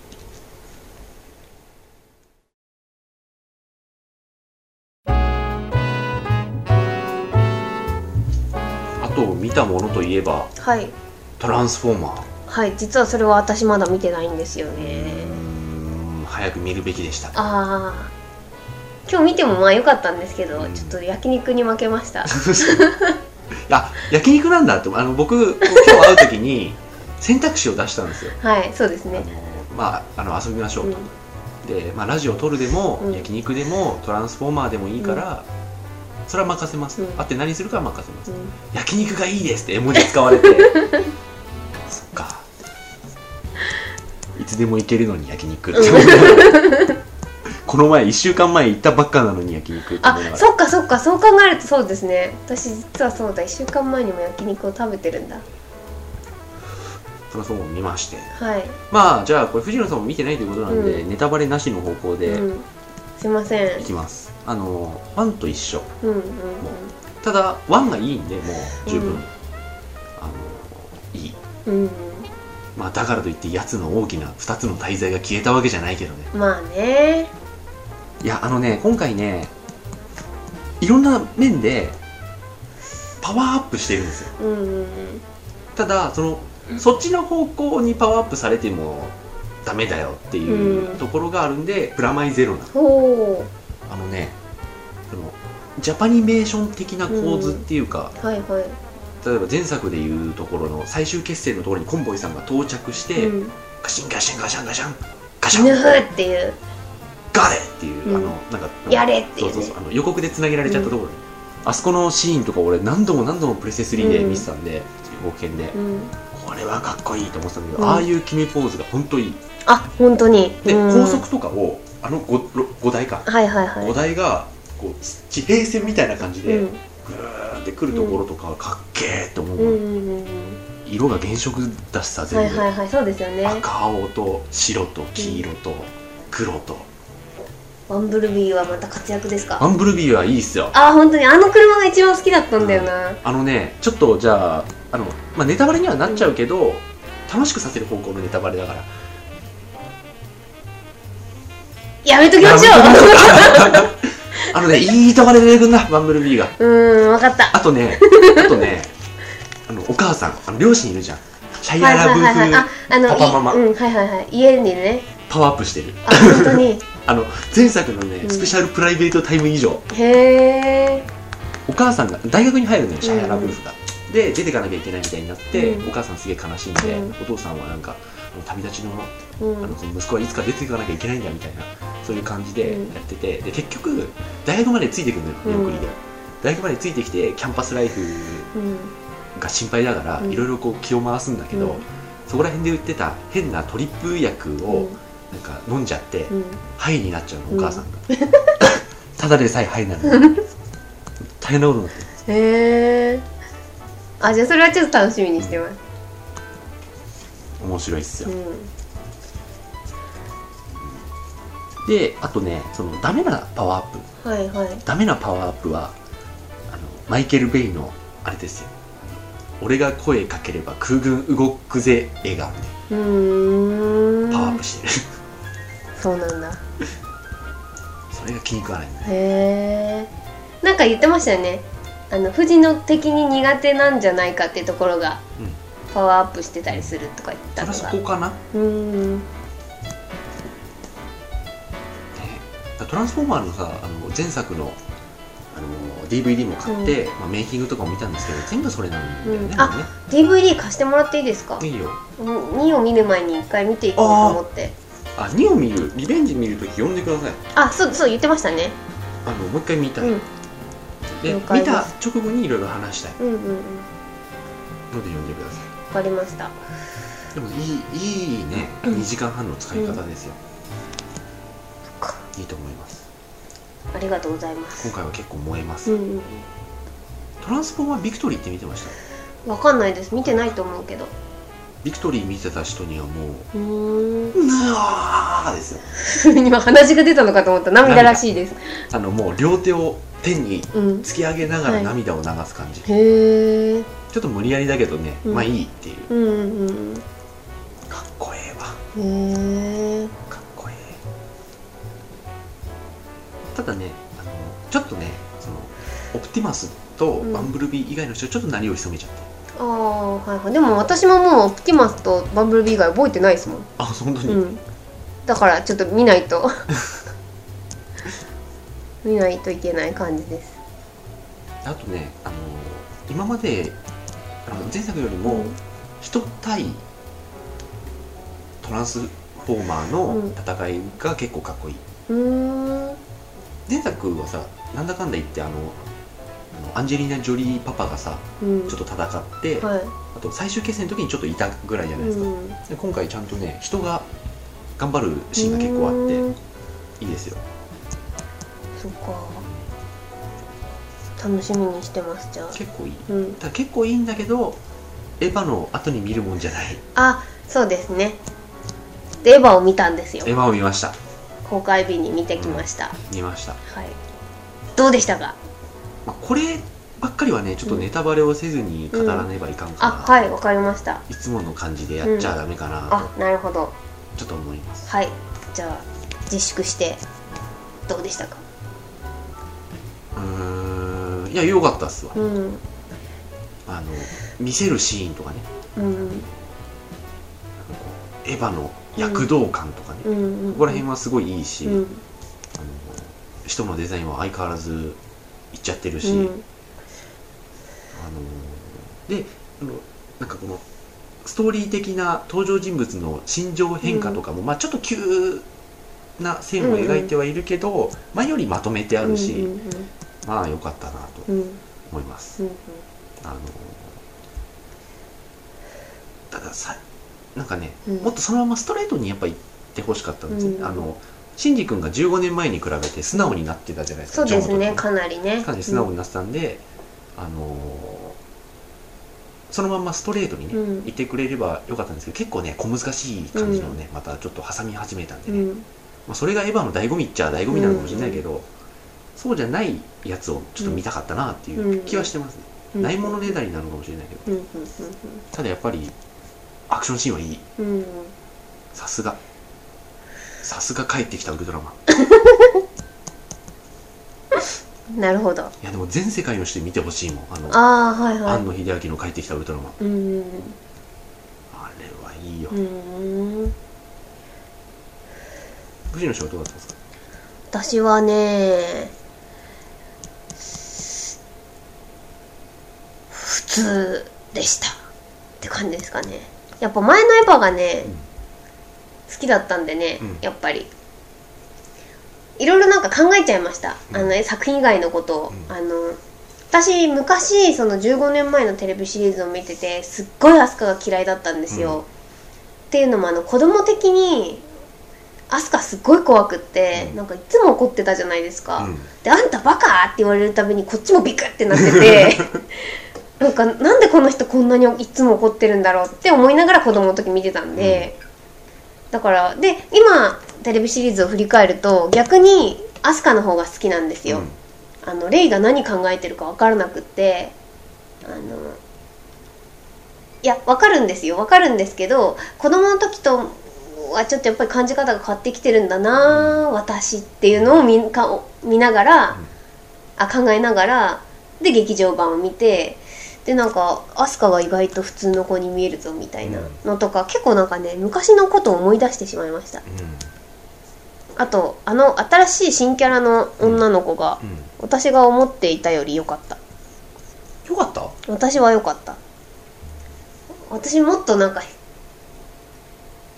Speaker 1: あと見たものといえば
Speaker 2: はい
Speaker 1: 「トランスフォーマー
Speaker 2: はい実はそれは私まだ見てないんですよ」
Speaker 1: う
Speaker 2: ね
Speaker 1: ーん早く見るべきで した
Speaker 2: ああ今日見てもまあ良かったんですけど、
Speaker 1: うん
Speaker 2: ちょっと焼肉に負けました
Speaker 1: あ焼肉なんだってあの僕今日会う時に選択肢を出したんですよ、
Speaker 2: はいそうです
Speaker 1: あの
Speaker 2: ね
Speaker 1: まああの遊びましょう
Speaker 2: う
Speaker 1: と、
Speaker 2: ん
Speaker 1: で、まあ、ラジオ撮るでも、
Speaker 2: うん
Speaker 1: 焼肉でもトランスフォーマーでもいいから、それは任せます、
Speaker 2: うん
Speaker 1: あって何するかは任せます、
Speaker 2: うん
Speaker 1: 焼肉がいいですって絵文字使われ てそっかいつでも行けるのに焼肉って、 この前1週間前行ったばっかなのに焼肉って思いなが
Speaker 2: あ
Speaker 1: ら
Speaker 2: そっかそっかそう考えるとそうですね私実はそうだ1週間前にも焼肉を食べてるんだ
Speaker 1: トランスフォーマー見まして
Speaker 2: はい、
Speaker 1: まあじゃあこれ藤野さんも見てないということなんで、
Speaker 2: う
Speaker 1: ネタバレなしの方向で
Speaker 2: うん、すいません
Speaker 1: いきます、あのワンと一緒
Speaker 2: うんうんうん
Speaker 1: ただワンがいいんでもう十分、
Speaker 2: う
Speaker 1: あ
Speaker 2: ん
Speaker 1: のいい
Speaker 2: うん
Speaker 1: まあだからといってやつの大きな2つの滞在が消えたわけじゃないけどね
Speaker 2: うんまあね
Speaker 1: いやあのね今回ねいろんな面でパワーアップしてるんですよ
Speaker 2: うんうんうん
Speaker 1: ただそのそっちの方向にパワーアップされてもダメだよっていううんところがあるんで、プラマイゼロな
Speaker 2: ほ
Speaker 1: あのねそのジャパニメーション的な構図っていうか、
Speaker 2: うはいはい
Speaker 1: 例えば前作でいうところの最終決戦のところにコンボイさんが到着して、
Speaker 2: うん
Speaker 1: ガシンガシンガシャンガシャンガシ
Speaker 2: ぬ
Speaker 1: ャン
Speaker 2: ふっていう
Speaker 1: ガレっていう、
Speaker 2: うん
Speaker 1: あのなんか
Speaker 2: やれって
Speaker 1: そう
Speaker 2: いうね
Speaker 1: そうそうあの予告でつなげられちゃったところ、あそこのシーンとか俺何度も何度もプレセス3で見てたんで、冒険で、
Speaker 2: うん
Speaker 1: これはかっこいいと思ってたんだけど、
Speaker 2: うん
Speaker 1: ああいう決めポーズが本当いい
Speaker 2: あ本当に
Speaker 1: で、
Speaker 2: うん
Speaker 1: 高速とかをあの 5, 5台か、
Speaker 2: はいはいはい
Speaker 1: 5台がこう地平線みたいな感じで、
Speaker 2: うん
Speaker 1: グーってくるところとかかっけーって思う、
Speaker 2: うんうんうんうん
Speaker 1: 色が原色だしさ
Speaker 2: は
Speaker 1: 全
Speaker 2: い
Speaker 1: 部、
Speaker 2: はいはいそうですよね
Speaker 1: 赤青と白と黄色と黒と、
Speaker 2: ワンブルビーはまた活躍ですか
Speaker 1: アンブルビーはいいっすよ
Speaker 2: あ本当にあの車が一番好きだったんだよな、
Speaker 1: あのねちょっとじゃああの、まあ、ネタバレにはなっちゃうけど、楽しくさせる方向のネタバレだから
Speaker 2: やめときましょ
Speaker 1: あの ねいいとこで出てくんなバンブルビーが
Speaker 2: ううーんわかった
Speaker 1: あとねあとねあのお母さんあの両親いるじゃんシャイアラブ
Speaker 2: はいはいはいは
Speaker 1: ー
Speaker 2: いあ
Speaker 1: 風
Speaker 2: あの
Speaker 1: パパママ
Speaker 2: いうんはいはいはい家にね
Speaker 1: パワーアップしてる
Speaker 2: あ本当 に
Speaker 1: あの前作のね、
Speaker 2: うん
Speaker 1: スペシャルプライベートタイム以上
Speaker 2: へえ
Speaker 1: お母さんが大学に入るのよシャイアラ
Speaker 2: うん
Speaker 1: ブーフが、で出てかなきゃいけないみたいになって、
Speaker 2: うん
Speaker 1: お母さんすげえ悲しんで、
Speaker 2: うん
Speaker 1: お父さんはなんかあの旅立ちの
Speaker 2: う
Speaker 1: あの
Speaker 2: ん
Speaker 1: この息子はいつか出ていかなきゃいけないんだみたいなそういう感じでや
Speaker 2: うん
Speaker 1: ってて、で結局大学までついてくるのよ見送りで、
Speaker 2: うん
Speaker 1: 大学までついてきてキャンパスライフ
Speaker 2: うん
Speaker 1: が心配だから、
Speaker 2: うん
Speaker 1: いろいろこう気を回すんだけど、
Speaker 2: うん
Speaker 1: そこら辺で売ってた変なトリップ薬
Speaker 2: う
Speaker 1: をなんか飲んじゃって、
Speaker 2: ん
Speaker 1: ハイになっちゃうの
Speaker 2: う
Speaker 1: お
Speaker 2: ん
Speaker 1: 母さんが、 ただでさえハイなの に大変なことになってる
Speaker 2: へえあじゃあそれはちょっと楽しみにしてます
Speaker 1: 面白いっすよ、
Speaker 2: う
Speaker 1: であとねそのダメなパワーアップ
Speaker 2: んはいはい
Speaker 1: ダメなパワーアップはあのマイケル・ベイのあれですよ「俺が声かければ空軍動くぜ」映画
Speaker 2: うーん
Speaker 1: パワーアップしてる
Speaker 2: そうなんだ
Speaker 1: それが気に食わないんだね
Speaker 2: へえなんか言ってましたよねあの藤野的に苦手なんじゃないかってところが、
Speaker 1: うん
Speaker 2: パワーアップしてたりするとか言った
Speaker 1: それ
Speaker 2: の
Speaker 1: そ
Speaker 2: が
Speaker 1: こかな、ね、
Speaker 2: うーん
Speaker 1: だからトランスフォーマーのさあの前作のあの DVD も買って、まあ、メイキングとかも見たんですけど全部それなんだよね、
Speaker 2: うん
Speaker 1: でもね
Speaker 2: DVD 貸してもらっていいですか
Speaker 1: いいよ
Speaker 2: 2を見る前に1回見ていこうと思って
Speaker 1: あ2を見るリベンジ見るとき呼んでください
Speaker 2: あそうそう言ってましたね
Speaker 1: あのもう一回見たい、
Speaker 2: うん
Speaker 1: で
Speaker 2: 了
Speaker 1: 見
Speaker 2: 解です
Speaker 1: た直後にいろいろ話したい
Speaker 2: うんうんうん
Speaker 1: ので呼んでください
Speaker 2: 分かりました
Speaker 1: でもいいいいね、
Speaker 2: うん
Speaker 1: 2時間半の使い方ですよ、
Speaker 2: か
Speaker 1: いいと思います
Speaker 2: ありがとうございます
Speaker 1: 今回は結構燃えます、
Speaker 2: うんうん
Speaker 1: トランスフォーマービクトリーって見てました
Speaker 2: 分かんないです見てないと思うけど
Speaker 1: ビクトリー見てた人にはもう
Speaker 2: うーん
Speaker 1: うわーですよ
Speaker 2: 今話が出たのかと思った涙らしいです
Speaker 1: あのもう両手を天に
Speaker 2: うん
Speaker 1: 突き上げなが
Speaker 2: は
Speaker 1: ら
Speaker 2: い
Speaker 1: 涙を流す感じ、
Speaker 2: へえ
Speaker 1: ちょっと無理やりだけどね、
Speaker 2: うん
Speaker 1: まあいいっていう
Speaker 2: うんうん
Speaker 1: かっこええわ
Speaker 2: うんへえ
Speaker 1: かっこええただねあのちょっとねそのオプティマスと
Speaker 2: うん
Speaker 1: バンブルビー以外の人ちょっと何を潜めちゃった、
Speaker 2: ああはいはいでも私ももうオプティマスとバンブルビー以外覚えてないですもん、
Speaker 1: あ本当に、
Speaker 2: うん、だからちょっと見ない と見ないといけない感じです
Speaker 1: あとね、あの今まであの前作よりも人対トランスフォーマー
Speaker 2: う
Speaker 1: の
Speaker 2: ん
Speaker 1: 戦いが結構かっこいい、
Speaker 2: うーん
Speaker 1: 前作はさなんだかんだ言ってあのあのアンジェリーナ・ジョリーパパがさ
Speaker 2: うん
Speaker 1: ちょっと戦って、
Speaker 2: はい
Speaker 1: あと最終決戦の時にちょっといたぐらいじゃないですか、
Speaker 2: うん
Speaker 1: で今回ちゃんとね人が頑張るシーンが結構あ
Speaker 2: うー
Speaker 1: っ
Speaker 2: ん
Speaker 1: ていいですよ
Speaker 2: そっか楽しみにしてますじゃあ
Speaker 1: 結構いい
Speaker 2: うん
Speaker 1: ただ結構いいんだけどエヴァの後に見るもんじゃない
Speaker 2: あそうですねでエヴァを見たんですよ
Speaker 1: エヴァを見ました
Speaker 2: 公開日に見てきました、
Speaker 1: 見ました
Speaker 2: はいどうでしたか
Speaker 1: まあ、こればっかりはねちょっとネタバレをせずに語らねばいかんか
Speaker 2: あ
Speaker 1: な、
Speaker 2: はいわかりました
Speaker 1: い、つもの感じでやっちゃダメかな
Speaker 2: あなるほど
Speaker 1: とちょっと思います、
Speaker 2: はいじゃあ自粛してどうでしたか
Speaker 1: うーんいや良かったっすわ、
Speaker 2: うん
Speaker 1: あの見せるシーンとかね
Speaker 2: うん
Speaker 1: なんかこうエヴァの躍動感とかね、
Speaker 2: うんうん
Speaker 1: ここら辺はすごいいいし、
Speaker 2: うん
Speaker 1: あの人のデザインは相変わらずいっちゃってるし、
Speaker 2: う
Speaker 1: あ
Speaker 2: ん
Speaker 1: のであのなんかこのストーリー的な登場人物の心情変化とかも、まあ、ちょっと急な線を描いてはいるけど、前よりまとめてあるし、
Speaker 2: うん
Speaker 1: まあ良かったなと
Speaker 2: うんうん
Speaker 1: 思います。
Speaker 2: うんうん
Speaker 1: あのたださなんかね、
Speaker 2: うん
Speaker 1: もっとそのままストレートにやっぱ行ってほしかったんですね、
Speaker 2: うん
Speaker 1: あのシンジ君が15年前に比べて素直になってたじゃないです
Speaker 2: そ
Speaker 1: か
Speaker 2: うです
Speaker 1: ジョン
Speaker 2: ね
Speaker 1: の時
Speaker 2: かなりね
Speaker 1: かなり素直になってたんで、あのーそのまんまストレートにね、
Speaker 2: うん
Speaker 1: いてくれればよかったんですけど結構ね小難しい感じのね、またちょっと挟み始めたんで
Speaker 2: う
Speaker 1: ね、
Speaker 2: んうん
Speaker 1: まあ、それがエヴァの醍醐味っちゃ醍醐味なのかもしれないけど、そうじゃないやつをちょっと見たかったなっていう気はしてますね、
Speaker 2: うん
Speaker 1: ないものねだりなのかもしれないけど
Speaker 2: うんうん
Speaker 1: ただやっぱりアクションシーンはいい
Speaker 2: うんうんうん
Speaker 1: さすがさすが帰ってきたウルトラマン
Speaker 2: うんなるほどあ
Speaker 1: いやでも全世界の人に見てほしいもんあの
Speaker 2: あーはいはい
Speaker 1: 庵野秀明の帰ってきたウルトラマン
Speaker 2: うん
Speaker 1: あれはいいよ、
Speaker 2: うんうん
Speaker 1: 藤野氏はどうだったんですか
Speaker 2: 私はね普通でしたって感じですかねやっぱ前のエヴァがね、
Speaker 1: うん
Speaker 2: 好きだったんでね、
Speaker 1: うん
Speaker 2: やっぱりいろいろなんか考えちゃいました、
Speaker 1: うん
Speaker 2: あのね作品以外のことを、
Speaker 1: うん
Speaker 2: あの私昔その15年前のテレビシリーズを見ててすっごいアスカが嫌いだったんですよ、
Speaker 1: うん
Speaker 2: っていうのもあの子供的にアスカすっごい怖くって、
Speaker 1: うん
Speaker 2: なんかいつも怒ってたじゃないですか、
Speaker 1: うん
Speaker 2: で「あんたバカ!」って言われるたびにこっちもビクってなっ ててなんかなんでこの人こんなにいつも怒ってるんだろうって思いながら子供の時見てたんで、だからで今テレビシリーズを振り返ると逆にアスカの方が好きなんですよ、
Speaker 1: うん
Speaker 2: あのレイが何考えてるか分からなくってあのいや分かるんですよ分かるんですけど子供の時とはちょっとやっぱり感じ方が変わってきてるんだな、私っていうのを見か見ながら、
Speaker 1: うん
Speaker 2: あ考えながらで劇場版を見てでなんかアスカが意外と普通の子に見えるぞみたいなのとか、結構なんかね昔のことを思い出してしまいましたあとあの新しい新キャラの女の子が、
Speaker 1: うんうん
Speaker 2: 私が思っていたより良かった
Speaker 1: よかった
Speaker 2: 私は良かった私もっとなんかい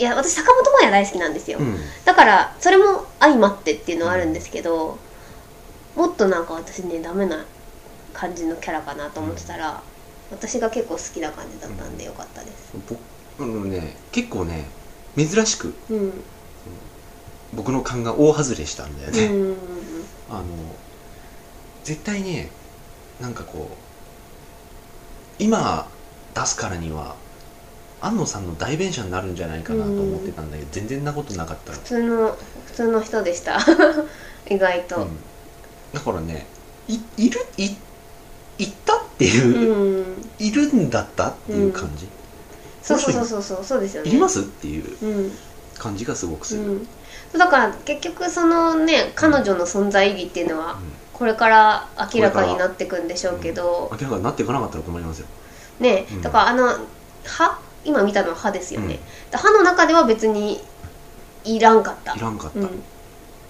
Speaker 2: や私坂本真也大好きなんですよ、
Speaker 1: うん
Speaker 2: だからそれも相まってっていうのはあるんですけど、もっとなんか私ねダメな感じのキャラかなと思ってたら、私が結構好きな感じだったんで良かったです
Speaker 1: 僕あのね結構ね珍しく
Speaker 2: うん、うん
Speaker 1: 僕の勘が大外れしたんだよ
Speaker 2: う
Speaker 1: ね、
Speaker 2: ん
Speaker 1: あの絶対ねなんかこう今出すからには安野さんの代弁者になるんじゃないかなと思ってたんだけど、全然そんなことなかったら、
Speaker 2: 普通の普通の人でした 意外と
Speaker 1: うん、だからねいいるいいったっていう、
Speaker 2: うん、
Speaker 1: いるんだったっていう感じ、
Speaker 2: そうそうそうそうそうそうですよね
Speaker 1: いりますっていう
Speaker 2: うん
Speaker 1: 感じがすごくする、
Speaker 2: うん、だから結局そのね彼女の存在意義っていうのは
Speaker 1: うん
Speaker 2: これから明らかになっていくんでしょうけど
Speaker 1: 明、らかになっていかなかったら困りますよ、
Speaker 2: ね
Speaker 1: うん
Speaker 2: だからあの歯今見たのは歯ですよ
Speaker 1: うん
Speaker 2: ね、で歯の中では別にいらんかった
Speaker 1: いらんかった、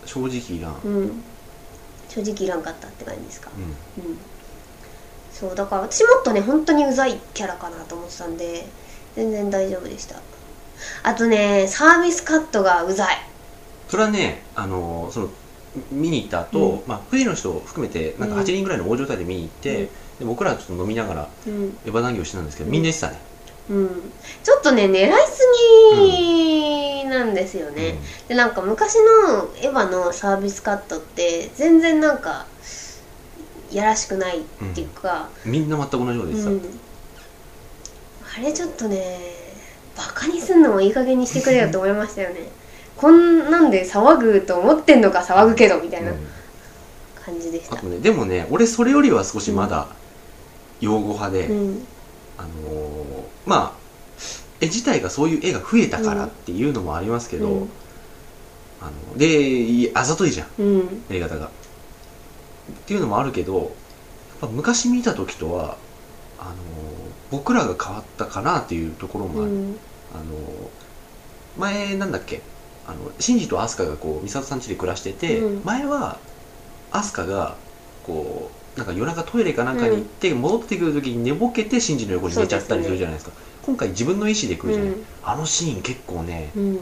Speaker 1: 正直いらん、
Speaker 2: うん、うん、正直いらんかったって感じですか、
Speaker 1: うん
Speaker 2: うん、そうだから私もっとね本当にうざいキャラかなと思ってたんで全然大丈夫でしたあとねサービスカットがうざい
Speaker 1: それはね、あのーその見に行った後、まあ冬の人を含めてなんか
Speaker 2: うん
Speaker 1: 8人ぐらいの大状態で見に行って、
Speaker 2: うん
Speaker 1: で僕らはちょっと飲みながら
Speaker 2: うん
Speaker 1: エヴァ談義をしてたんですけど、
Speaker 2: うん
Speaker 1: みんな言ってたね、
Speaker 2: うん、ちょっとね狙いすぎなんですよね、でなんか昔のエヴァのサービスカットって全然なんかやらしくないっていうか、
Speaker 1: うんみんな全く同じこと
Speaker 2: う
Speaker 1: 言
Speaker 2: ん
Speaker 1: ってた、
Speaker 2: あれちょっとねバカにすんのもいい加減にしてくれよと思いましたよね こんなんで騒ぐと思ってんのか騒ぐけどみたいな
Speaker 1: うん
Speaker 2: 感じでし
Speaker 1: あ
Speaker 2: た、
Speaker 1: とねでもね俺それよりは少しまだ用語派で、
Speaker 2: うん
Speaker 1: あのーまあ絵自体がそういう絵が増えたからっていうのもありますけど、
Speaker 2: うん
Speaker 1: あのであざといじゃん
Speaker 2: うん
Speaker 1: やり方が。っていうのもあるけど、やっぱ昔見た時とは、あのー僕らが変わったかなっていうところも
Speaker 2: う
Speaker 1: ある。
Speaker 2: ん
Speaker 1: あのー前なんだっけ、あの、シンジとアスカがこう、ミサトさん家で暮らしてて、
Speaker 2: うん
Speaker 1: 前は、アスカが、こう、なんか夜中トイレかなんかに行って戻ってくる時に寝ぼけてシンジの横に寝ちゃったりするじゃないですか今回自分の意思で来るじゃない、
Speaker 2: うん
Speaker 1: あのシーン結構ね
Speaker 2: うん、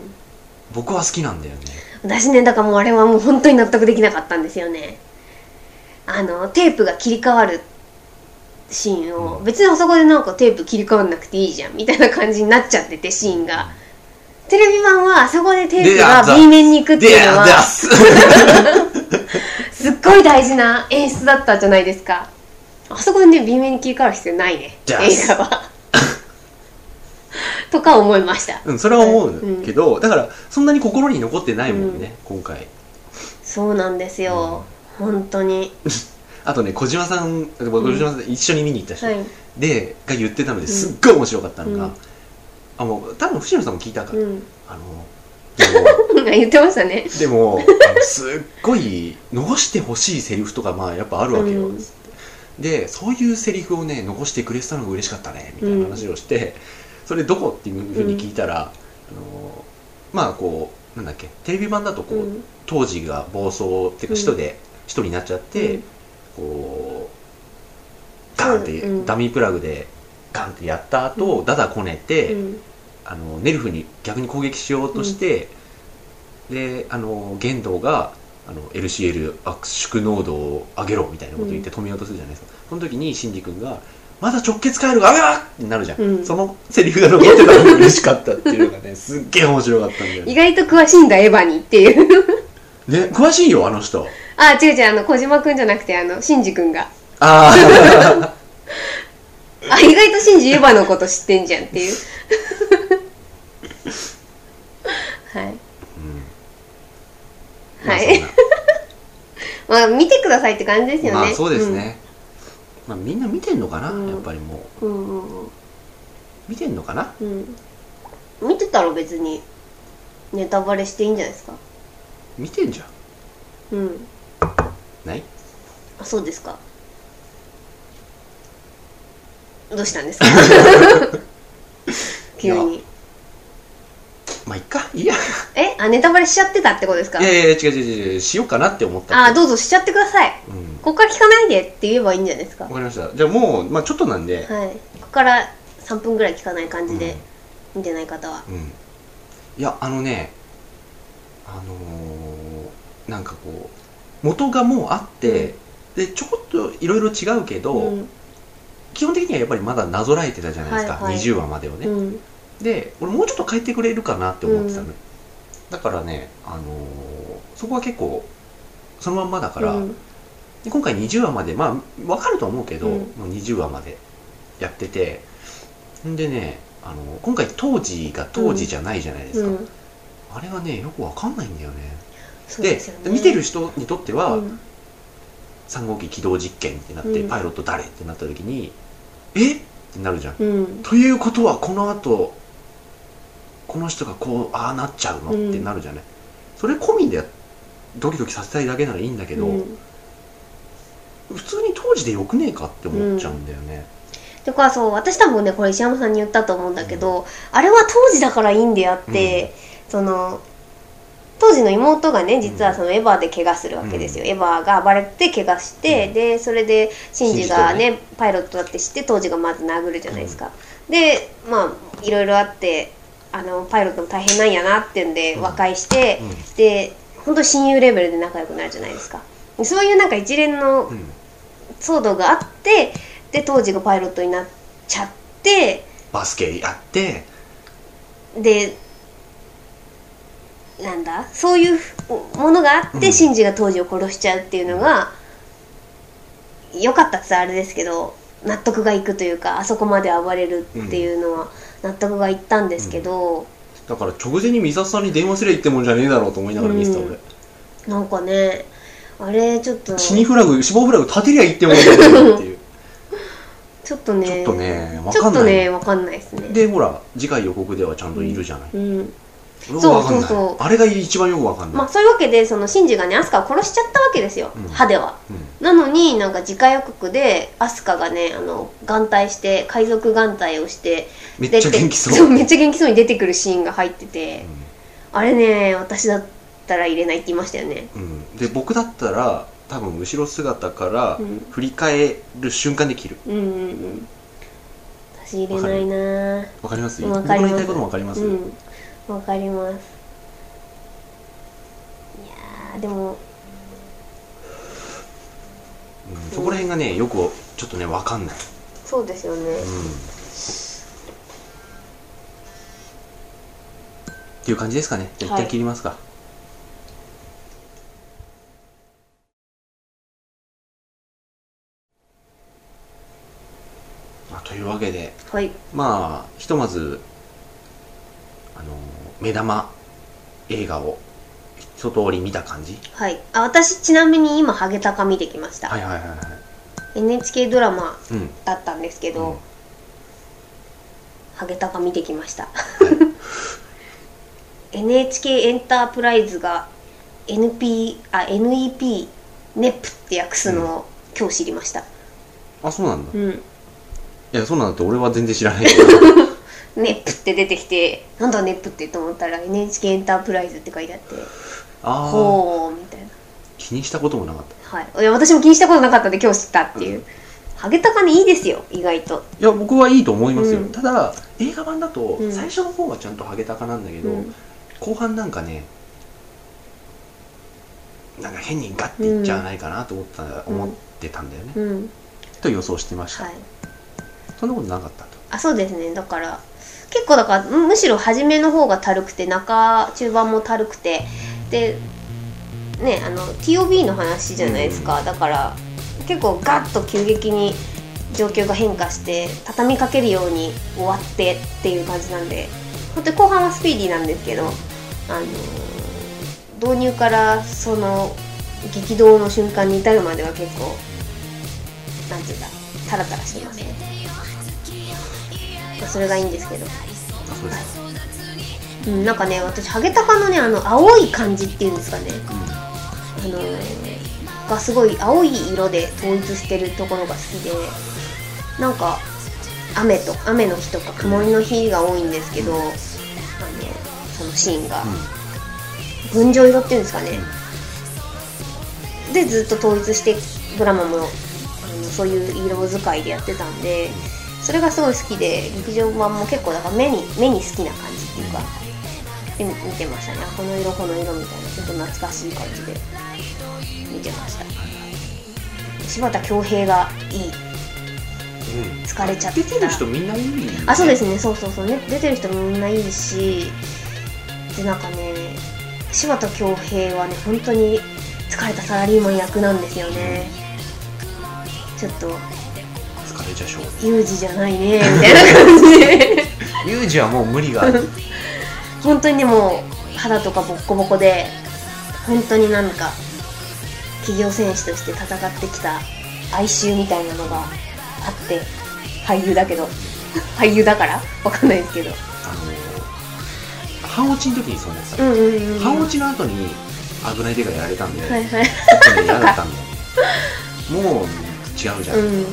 Speaker 1: 僕は好きなんだよね
Speaker 2: 私ねだからもうあれはもう本当に納得できなかったんですよねあのテープが切り替わるシーンを、
Speaker 1: うん
Speaker 2: 別にあそこでなんかテープ切り替わんなくていいじゃんみたいな感じになっちゃっててシーンがテレビ版はあそこでテープ
Speaker 1: であざ
Speaker 2: が B 面に行くって
Speaker 1: で
Speaker 2: いうの
Speaker 1: や
Speaker 2: は
Speaker 1: だっす
Speaker 2: すっごい大事な演出だったじゃないですかあそこでね B 面に切り替わる必要ないね映
Speaker 1: じゃあ
Speaker 2: 画 はとか思いました
Speaker 1: うんそれは思
Speaker 2: うん
Speaker 1: うけど、だからそんなに心に残ってないもんね、今回
Speaker 2: そうなんですよ、本当に
Speaker 1: あとね小島さん小島さんと一緒に見に行った人、
Speaker 2: はい
Speaker 1: でが言ってたのですっごい面白かったのが、
Speaker 2: うん
Speaker 1: あもう多分藤野さんも聞いたから、
Speaker 2: うん
Speaker 1: あのでも
Speaker 2: 言ってましたね
Speaker 1: で もあのすっごい残してほしいセリフとかまあやっぱあるわけよ、
Speaker 2: うん
Speaker 1: つってでそういうセリフをね残してくれてたのが嬉しかったねみたいな話をして、それどこっていうふうに聞いたら、あのまあこうなんだっけテレビ版だとこう、
Speaker 2: うん
Speaker 1: 当時が暴走っていう
Speaker 2: う
Speaker 1: か
Speaker 2: ん
Speaker 1: 使徒で一人になっちゃって、
Speaker 2: うん
Speaker 1: こうガンって、
Speaker 2: そううん
Speaker 1: ダミープラグでガンってやった後、ダダこねて、
Speaker 2: うん
Speaker 1: あのネルフに逆に攻撃しようとして、であの玄道があの LCL 圧縮濃度を上げろみたいなこと言って止めようとするじゃないですか、その時にシンジ君が「まだ直結回路が上げろ!」ってなるじゃん、
Speaker 2: うん
Speaker 1: そのセリフが残ってたのが嬉しかったっていうのがねすっげえ面白かったんだよ
Speaker 2: 意
Speaker 1: ね
Speaker 2: 外と詳しいんだエヴァにっていう
Speaker 1: ね詳しいよあの人
Speaker 2: あ違う違うあの小島くんじゃなくてあのシンジくんが
Speaker 1: ああ
Speaker 2: あ意外とシンジエヴァのこと知ってんじゃんっていう は
Speaker 1: う
Speaker 2: い
Speaker 1: んまあ
Speaker 2: は
Speaker 1: そん
Speaker 2: い
Speaker 1: な
Speaker 2: まあ見てくださいって感 じですよね
Speaker 1: まあそうですね、まあみんな見てんのかな、
Speaker 2: うん
Speaker 1: やっぱりもう
Speaker 2: うんうんうん
Speaker 1: 見てんのかな
Speaker 2: うん、うん、見てたら別にネタバレしていいんじゃないですか
Speaker 1: 見てんじゃん
Speaker 2: うん
Speaker 1: ない
Speaker 2: あそうですかどうしたん ですか急に
Speaker 1: まあいっかいいや
Speaker 2: えあネタバレしちゃってたってことですか
Speaker 1: いやいや違う違う違う違うしようかなって思った
Speaker 2: あどうぞしちゃってください
Speaker 1: うん
Speaker 2: ここから聞かないでって言えばいいんじゃないですか
Speaker 1: わ
Speaker 2: は
Speaker 1: かりましたじゃあもう、まあ、ちょっとなんで、
Speaker 2: いここから3分ぐらい聞かない感じで
Speaker 1: うん、
Speaker 2: 見てない方は
Speaker 1: うんいやあのねあのーなんかこう元がもうあって、でちょこっといろいろ違うけど、
Speaker 2: うん
Speaker 1: 基本的にはやっぱりまだなぞらえてたじゃないですか、
Speaker 2: はいはい
Speaker 1: 20話までをね、
Speaker 2: うん
Speaker 1: で俺もうちょっと変えてくれるかなって思ってたの、だからね、あのーそこは結構そのまんまだから、
Speaker 2: うん
Speaker 1: で今回20話までまあ分かると思うけど、
Speaker 2: うん
Speaker 1: もう20話までやっててんでねあの今回当時が当時じゃないじゃないですか、
Speaker 2: うん
Speaker 1: あれはねよく分かんないんだよね
Speaker 2: そう
Speaker 1: で
Speaker 2: ですよね
Speaker 1: 見てる人にとっては、
Speaker 2: うん
Speaker 1: 3号機起動実験ってなって、
Speaker 2: うん
Speaker 1: パイロット誰ってなった時にえってなるじゃん
Speaker 2: うん
Speaker 1: ということはこのあとこの人がこうああなっちゃうの、
Speaker 2: うん
Speaker 1: ってなるじゃないそれ込みでドキドキさせたいだけならいいんだけど、
Speaker 2: うん
Speaker 1: 普通に当時でよくねえかって思っちゃうんだよね、
Speaker 2: てかそう私多分ねこれ石山さんに言ったと思うんだけど、あれは当時だからいいんであって、その当時の妹がね実はそのエヴァで怪我するわけですよ、エヴァが暴れて怪我して、
Speaker 1: うん
Speaker 2: でそれでシンジが
Speaker 1: シン
Speaker 2: ねパイロットだって知って当時がまず殴るじゃないですか、でまあいろいろあってあのパイロットも大変なんやなってんで
Speaker 1: うん
Speaker 2: 和解して、
Speaker 1: うん
Speaker 2: で本当親友レベルで仲良くなるじゃないですかでそういうなんか一連の
Speaker 1: うん
Speaker 2: 騒動があってで当時がパイロットになっちゃって
Speaker 1: バスケやって
Speaker 2: でなんだそういうふものがあって、
Speaker 1: うん
Speaker 2: シンジが当時を殺しちゃうっていうのが良かったっつったらあれですけど納得がいくというかあそこまで暴れるっていうのは納得がいったんですけど、
Speaker 1: だから直前に三沢さんに電話すりゃ言ってもんじゃねえだろうと思いながら見てた
Speaker 2: うん
Speaker 1: 俺、
Speaker 2: なんかねあれちょっと
Speaker 1: 死にフラグ死亡フラグ立てりゃ言ってもんじゃねえだろうっていう
Speaker 2: ちょっとね
Speaker 1: ちょっとねわ
Speaker 2: ち
Speaker 1: か
Speaker 2: ょ
Speaker 1: ん
Speaker 2: っ
Speaker 1: ない
Speaker 2: とねわかんないですね。
Speaker 1: でほら次回予告ではちゃんといるじゃない、
Speaker 2: うん
Speaker 1: 俺はわかんない
Speaker 2: そうそうそう
Speaker 1: あれが一番よくわかんない、
Speaker 2: まあ、そういうわけでそのシンジがねアスカを殺しちゃったわけですよ、
Speaker 1: うん
Speaker 2: 歯では。
Speaker 1: うん
Speaker 2: なのになんか次回予告でアスカがねあの眼帯して海賊眼帯をして
Speaker 1: めっちゃ
Speaker 2: 出て
Speaker 1: 元気そう
Speaker 2: めっちゃ元気そうに出てくるシーンが入ってて、あれね私だったら入れないって言いましたよね
Speaker 1: うん、うんで僕だったら多分後ろ姿から
Speaker 2: うん
Speaker 1: 振り返る瞬間で切る
Speaker 2: うんうんうん私入れないな
Speaker 1: わかります
Speaker 2: わかり
Speaker 1: 僕の言
Speaker 2: ます
Speaker 1: いたいこともわかります、
Speaker 2: うんわかりますいやーでも
Speaker 1: うんそこら辺がねよくちょっとねわかんない、
Speaker 2: そうですよね
Speaker 1: うんっていう感じですかねじゃあ
Speaker 2: はい
Speaker 1: 一旦切りますか、まあというわけで
Speaker 2: はい
Speaker 1: まあひとまずあの目玉映画を一通り見た感じ
Speaker 2: はいあ私ちなみに今「ハゲタカ」見てきました、
Speaker 1: はいはいはいはい
Speaker 2: NHK ドラマ
Speaker 1: うん、
Speaker 2: だったんですけど、
Speaker 1: うん
Speaker 2: ハゲタカ見てきました NHK エンタープライズが NP あ NEP ネップって訳すのを今日知りました
Speaker 1: あそうなんだ、
Speaker 2: う
Speaker 1: い
Speaker 2: ん、
Speaker 1: やそうなんだって俺は全然知 らないけど
Speaker 2: ネップって出てきてなんだネップってと思ったら NHK エンタープライズって書いてあって
Speaker 1: ああ
Speaker 2: ほうみたいな
Speaker 1: 気にしたこともなかった
Speaker 2: はいいや私も気にしたことなかったんで今日知ったっていう、ハゲタカねいいですよ意外と
Speaker 1: いや僕はいいと思いますよ、
Speaker 2: うん
Speaker 1: ただ映画版だと
Speaker 2: うん
Speaker 1: 最初の方はちゃんとハゲタカなんだけど、
Speaker 2: うん
Speaker 1: 後半なんかねなんか変にガッていっちゃわないかなと思った、
Speaker 2: うん
Speaker 1: 思ってたんだよね、
Speaker 2: うん
Speaker 1: と予想してました、
Speaker 2: はい
Speaker 1: そんなことなかったと
Speaker 2: あそうですねだから結構だからむむしろ初めの方がたるくて中中盤もたるくてでねあの TOB の話じゃないですか、だから結構ガッと急激に状況が変化して畳みかけるように終わってっていう感じなんで本当に後半はスピーディーなんですけどあの導入からその激動の瞬間に至るまでは結構なんていうんだタラタラしてますね。まあそれがいいんですけど、
Speaker 1: あそうですか、
Speaker 2: うん、なんかね私ハゲタカのねあの青い感じっていうんですかねあのーがすごい青い色で統一してるところが好きでなんか雨と雨の日とか曇りの日が多いんですけど、あのそのシーンが
Speaker 1: うん、うん
Speaker 2: 群青色っていうんですかねでずっと統一してドラマもあのそういう色使いでやってたんでそれがすごい好きで劇場版も結構だから目に目に好きな感じっていうかで見てましたねあこの色この色みたいなちょっと懐かしい感じで見てました柴田恭平がいい
Speaker 1: うん
Speaker 2: 疲れちゃった
Speaker 1: 出てる人みんないい、ね、
Speaker 2: あそうですねそうそうそうね出てる人みんないいしでなんかね柴田恭平はね本当に疲れたサラリーマン役なんですよねちょっと
Speaker 1: 疲れちゃしょう
Speaker 2: 有事じゃないねみたいな感じ で
Speaker 1: ユージはもう無理がある
Speaker 2: 本当にねもう肌とかボッコボコで本当になんか企業戦士として戦ってきた哀愁みたいなのがあって俳優だけど俳優だからわかんないですけど
Speaker 1: あの半落ちの時にそう思って
Speaker 2: う
Speaker 1: た、
Speaker 2: んうんうんうん
Speaker 1: 半落ちの後に危ない手がやられたんで、
Speaker 2: はいはい
Speaker 1: ちょっとね嫌だ ったんだよねもう違うじゃん、
Speaker 2: うん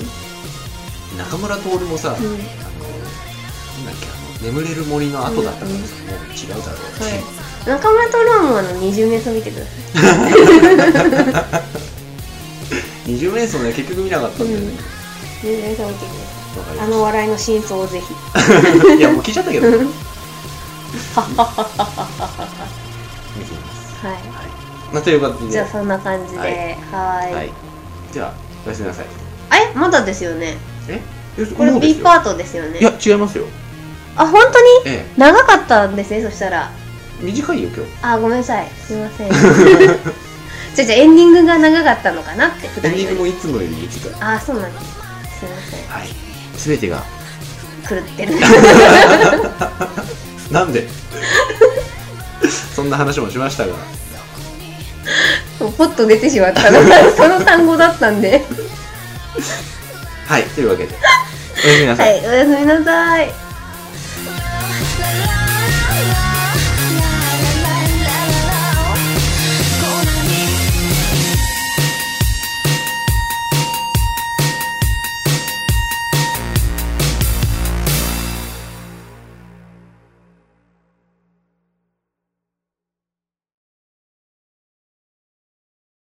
Speaker 1: 中村徹もさ、あのなんだっけあの「眠れる森」の後だったからさ、もう違うだろうし、
Speaker 2: はい、中村徹はもうあの20メートル見てくださ
Speaker 1: 二十面相ね結局見なかったんだよね、
Speaker 2: い20メートル見てくださ
Speaker 1: わか
Speaker 2: い
Speaker 1: り
Speaker 2: あ
Speaker 1: ま
Speaker 2: の笑いの真相をぜひ
Speaker 1: したいやもう聞いちゃったけど見てみます、
Speaker 2: は
Speaker 1: はいまあ、ということ
Speaker 2: い
Speaker 1: で
Speaker 2: じゃあそんな感じでは
Speaker 1: はいい
Speaker 2: い
Speaker 1: はい、ではおやすみなさい
Speaker 2: えまだですよね
Speaker 1: ええ
Speaker 2: これ
Speaker 1: もうで
Speaker 2: B
Speaker 1: すよ
Speaker 2: パートですよね
Speaker 1: いや違いますよ
Speaker 2: あ本当に
Speaker 1: え
Speaker 2: 長かったんですねそしたら
Speaker 1: え短いよ今日
Speaker 2: あごめんなさいすいませんじゃあじゃあエンディングが長かったのかなって普
Speaker 1: エン
Speaker 2: 段
Speaker 1: ディ
Speaker 2: よ
Speaker 1: ングも
Speaker 2: り
Speaker 1: いつもより短い
Speaker 2: あそうなんですすいませ
Speaker 1: はい全てが
Speaker 2: ん狂ってる
Speaker 1: なんでそんな話もしましたが
Speaker 2: ポッと出てしまったのがその単語だったんで
Speaker 1: はいというわけでおやすみなさい
Speaker 2: はいおやすみなさい